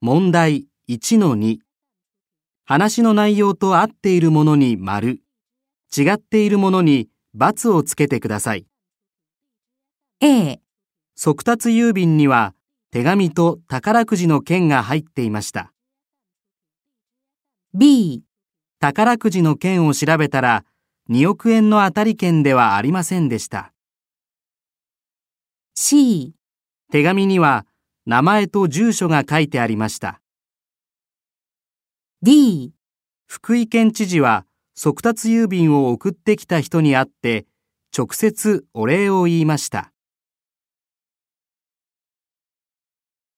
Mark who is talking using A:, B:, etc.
A: 問題1-2話の内容と合っているものに丸、違っているものに×をつけてください。
B: A、
A: 速達郵便には手紙と宝くじの券が入っていました。
B: B、
A: 宝くじの券を調べたら2億円の当たり券ではありませんでした。
B: C、
A: 手紙には名前と住所が書いてありました。
B: D、
A: 福井県知事は速達郵便を送ってきた人に会って直接お礼を言いました。